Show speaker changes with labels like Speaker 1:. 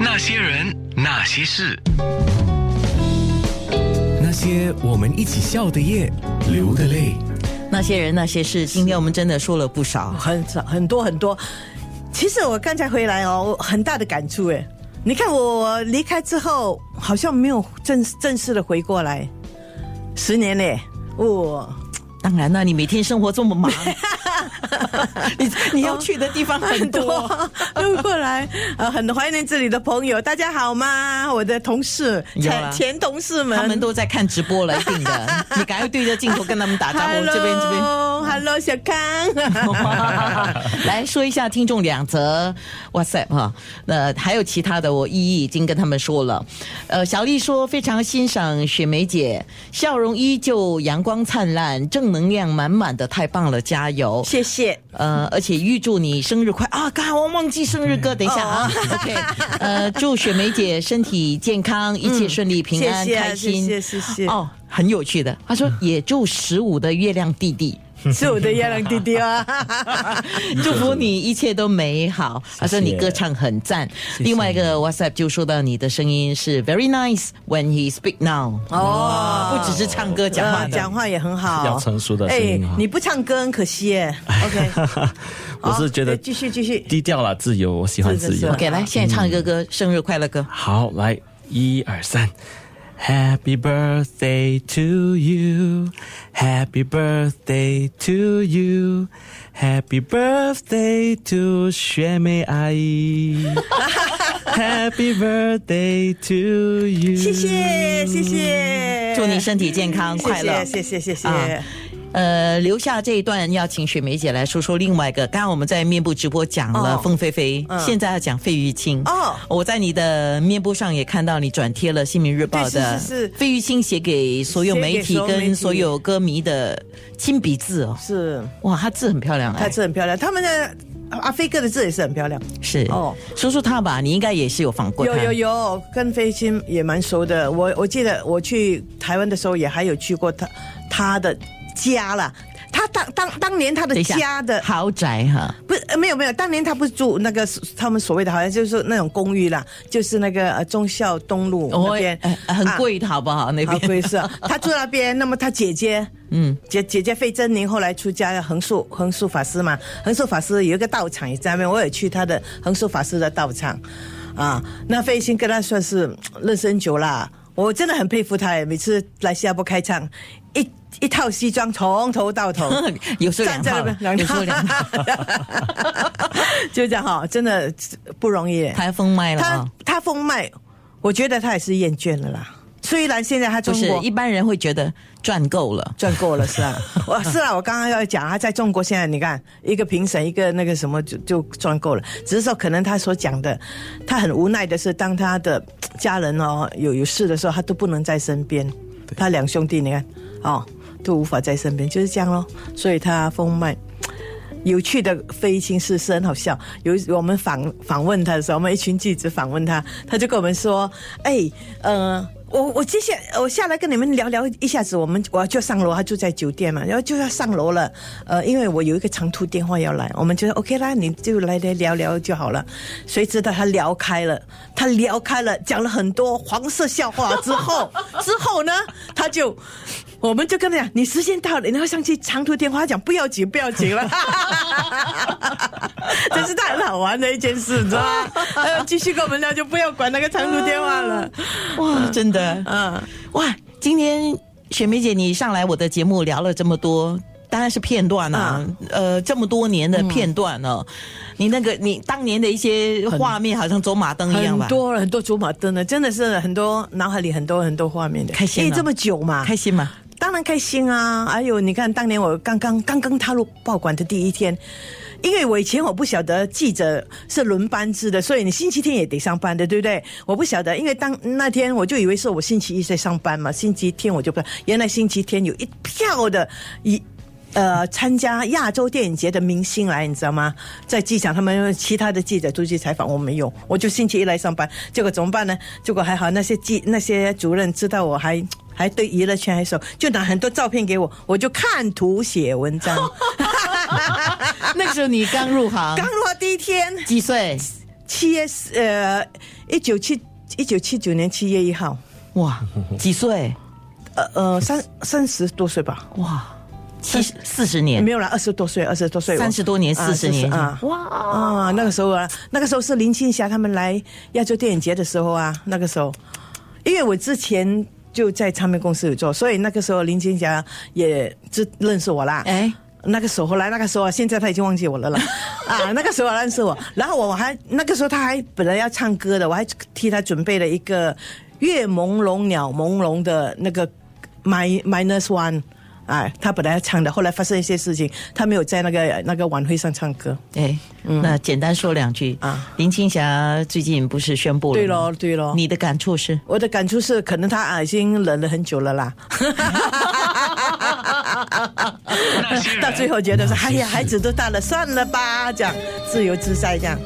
Speaker 1: 那些人，那些事，那些我们一起笑的夜，流的 泪。
Speaker 2: 那些人那些事，今天我们真的说了不少。
Speaker 3: 很少很多很多。其实我刚才回来哦，我很大的感触哎。你看我离开之后，好像没有正正式的回过来，十年嘞，哦，
Speaker 2: 当然啦，你每天生活这么 忙，你你要去的地方哦很多。
Speaker 3: 又过来，呃，很怀念这里的朋友，大家好吗？我的同事、
Speaker 2: 有啊
Speaker 3: 前前同事们，
Speaker 2: 他们都在看直播了，一定 的。你赶快对着镜头跟他们打招呼，这边这边。 嗯
Speaker 3: ，Hello，Hello，小康。
Speaker 2: 来说一下听众两则 WhatsApp 哈，那还有其他的，我一一已经跟他们说了。呃，小丽说非常欣赏雪梅姐，笑容依旧，阳光灿烂，正能量满满的，太棒了，加油！
Speaker 3: 谢谢，
Speaker 2: 呃，而且预祝你生日快啊！刚好我忘记生日
Speaker 3: 嗯
Speaker 2: 歌，等一下啊。OK，呃，
Speaker 3: 哦
Speaker 2: 祝雪梅姐身体健康，一切顺利、平安、
Speaker 3: 谢谢啊
Speaker 2: 开心。
Speaker 3: 谢谢谢谢
Speaker 2: 哦，很有趣的，她说也祝十五的月亮弟弟。
Speaker 3: 是我的月亮弟 弟啊。
Speaker 2: 祝福你一切都美好。他说你歌唱很赞。另外一个 WhatsApp 就说到你的声音是 very nice when he speak now。
Speaker 3: 哦
Speaker 2: 哦，不只是唱歌讲话
Speaker 3: 呃，
Speaker 2: 的。
Speaker 3: 讲话也很 好，哎
Speaker 4: 要成熟的声音哈
Speaker 3: 你不唱歌很可惜耶。OK，
Speaker 4: 我是觉
Speaker 3: 好
Speaker 4: 得
Speaker 3: 哦继续继续。
Speaker 4: 低调啦，自由，我喜欢
Speaker 3: 是是
Speaker 4: 自
Speaker 3: 是。
Speaker 4: 由
Speaker 2: OK，来，现在唱一个歌，生日快乐歌。
Speaker 4: 好，来，一二三。Happy birthday to you, Happy birthday to you, Happy birthday to 学妹阿姨 ，Happy birthday to you。
Speaker 3: 谢谢谢谢，
Speaker 2: 祝你身体健康，
Speaker 3: 哎谢谢
Speaker 2: 快乐。
Speaker 3: 谢谢谢谢。
Speaker 2: 啊呃，留下这一段要请雪梅姐来说说另外一个。刚刚我们在面部直播讲了
Speaker 3: 哦
Speaker 2: 凤飞飞，现在要讲费玉清。
Speaker 3: 哦
Speaker 2: 我在你的面部上也看到你转贴了《新民日报》的
Speaker 3: 对是是是
Speaker 2: 费玉清写给所有媒体
Speaker 3: 写给所有媒体
Speaker 2: 跟所有歌迷的亲笔字哦。
Speaker 3: 是，
Speaker 2: 哇，他字很漂亮
Speaker 3: 她
Speaker 2: 哎，
Speaker 3: 字很漂亮，他们的阿飞哥的字也是很漂亮。
Speaker 2: 是哦
Speaker 3: 哦，
Speaker 2: 说说他吧，你应该也是有访过
Speaker 3: 有
Speaker 2: 他。
Speaker 3: 有有，跟飞青也蛮熟的。我我记得我去台湾的时候，也还有去过他他的家啦。他当当当年他
Speaker 2: 等
Speaker 3: 的
Speaker 2: 一下
Speaker 3: 家的
Speaker 2: 豪宅哈，
Speaker 3: 不，呃没有没有，当年他不是住那个他们所谓的，好像就是那种公寓啦，就是那个呃忠孝东路那边，
Speaker 2: 哎哎很
Speaker 3: 啊
Speaker 2: 贵的好不好？那
Speaker 3: 好
Speaker 2: 边，
Speaker 3: 贵是啊，他住那边，那么他姐姐，嗯，姐姐姐费珍妮后来出家横竖横竖法师嘛，横竖法师有一个道场也在那边，我也去他的横竖法师的道场，啊，那费心跟他算是嗯认识很久啦，我真的很佩服他耶，每次来新加坡开唱，一一套西装从头到头
Speaker 2: 有时候两
Speaker 3: 站在
Speaker 2: 套
Speaker 3: 那
Speaker 2: 了
Speaker 3: 边，两
Speaker 2: 有时
Speaker 3: 套
Speaker 2: 候两套，
Speaker 3: 就这样哈，真的不容易耶。
Speaker 2: 他要封麦了
Speaker 3: 他
Speaker 2: 啊。
Speaker 3: 他封麦，我觉得他也是厌倦了啦。虽然现在他
Speaker 2: 不
Speaker 3: 中
Speaker 2: 是
Speaker 3: 国
Speaker 2: 一般人会觉得赚够了。
Speaker 3: 赚够了 是啊，我是啊，我刚刚要讲他在中国现在你看一个评审一个那个什么就就赚够了，只是说可能他所讲的，他很无奈的是，当他的家人哦有有事的时候，他都不能在身边，他两兄弟你看哦都无法在身边，就是这样咯，所以他封麦。有趣的飞行是是很好笑。有一我们访访问他的时候，我们一群记者访问他，他就跟我们说：“哎、呃，我我接下我下来跟你们聊聊一下子，我们我就上楼，他住在酒店嘛，然后就要上楼了。呃，因为我有一个长途电话要来，我们就说 OK 啦，你就来来聊聊就好了。谁知道他聊开了，他聊开了，讲了很多黄色笑话之后， 之后呢，他就。”我们就跟他讲，你时间到了，然后上去长途电话他讲不要紧，不要 紧了，这是太好玩的一件事，你知道吗？ 呃，继续跟我们聊，就不要管那个长途电话了。
Speaker 2: 哇，真的，
Speaker 3: 嗯，
Speaker 2: 哇！今天雪梅姐你上来我的节目聊了这么多，当然是片段啊，呃，这么多年的片段哦，你那个你当年的一些画面，好像走马灯一样吧
Speaker 3: 很？多很多走马灯的，真的是很多脑海里很多很多画面的，
Speaker 2: 开心啊
Speaker 3: 因为这么久嘛，
Speaker 2: 开心吗？
Speaker 3: 当然开心啊！哎呦，你看，当年我刚刚刚刚踏入报馆的第一天，因为我以前我不晓得记者是轮班制的，所以你星期天也得上班的，对不对？我不晓得，因为当那天我就以为是我星期一在上班嘛，星期天我就不，原来星期天有一票的一。呃，参加亚洲电影节的明星来，你知道吗？在机场，他们其他的记者都去采访，我没有，我就星期一来上班，结果怎么办呢？结果还好，那些记那些主任知道我还 还对娱乐圈还熟，就拿很多照片给我，我就看图写文章。
Speaker 2: 那个时候你刚入行，
Speaker 3: 刚落第一天，
Speaker 2: 几岁？
Speaker 3: 七月呃一九七一九七九年七月一号，
Speaker 2: 哇，几岁？
Speaker 3: 呃呃三三十多岁吧，
Speaker 2: 哇，七四十年
Speaker 3: 没，有啦，二十多岁，二十多岁，
Speaker 2: 三十多年，四十年，
Speaker 3: 啊。40
Speaker 2: 哇，
Speaker 3: 啊，那个时候啊，那个时候是林青霞他们来亚洲电影节的时候啊，那个时候，因为我之前就在唱片公司有做，所以那个时候林青霞也知认识我啦。
Speaker 2: 哎
Speaker 3: 那个时候，后来那个时候啊，现在他已经忘记我了啦。啊，那个时候他认识我，然后我我还那个时候他还本来要唱歌的，我还替他准备了一个《月朦胧鸟朦胧》的那个 My Minus One。啊，他本来要唱的，后来发生一些事情，他没有在那个那个晚会上唱歌。
Speaker 2: 哎，那简单说两句
Speaker 3: 嗯啊
Speaker 2: 林青霞最近不是宣布了？
Speaker 3: 对咯，，对咯。
Speaker 2: 你的感触是？
Speaker 3: 我的感触是，可能他啊已经忍了很久了啦。 到最后觉得说，哎呀，孩子都大了，算了吧，这样自由自在这样。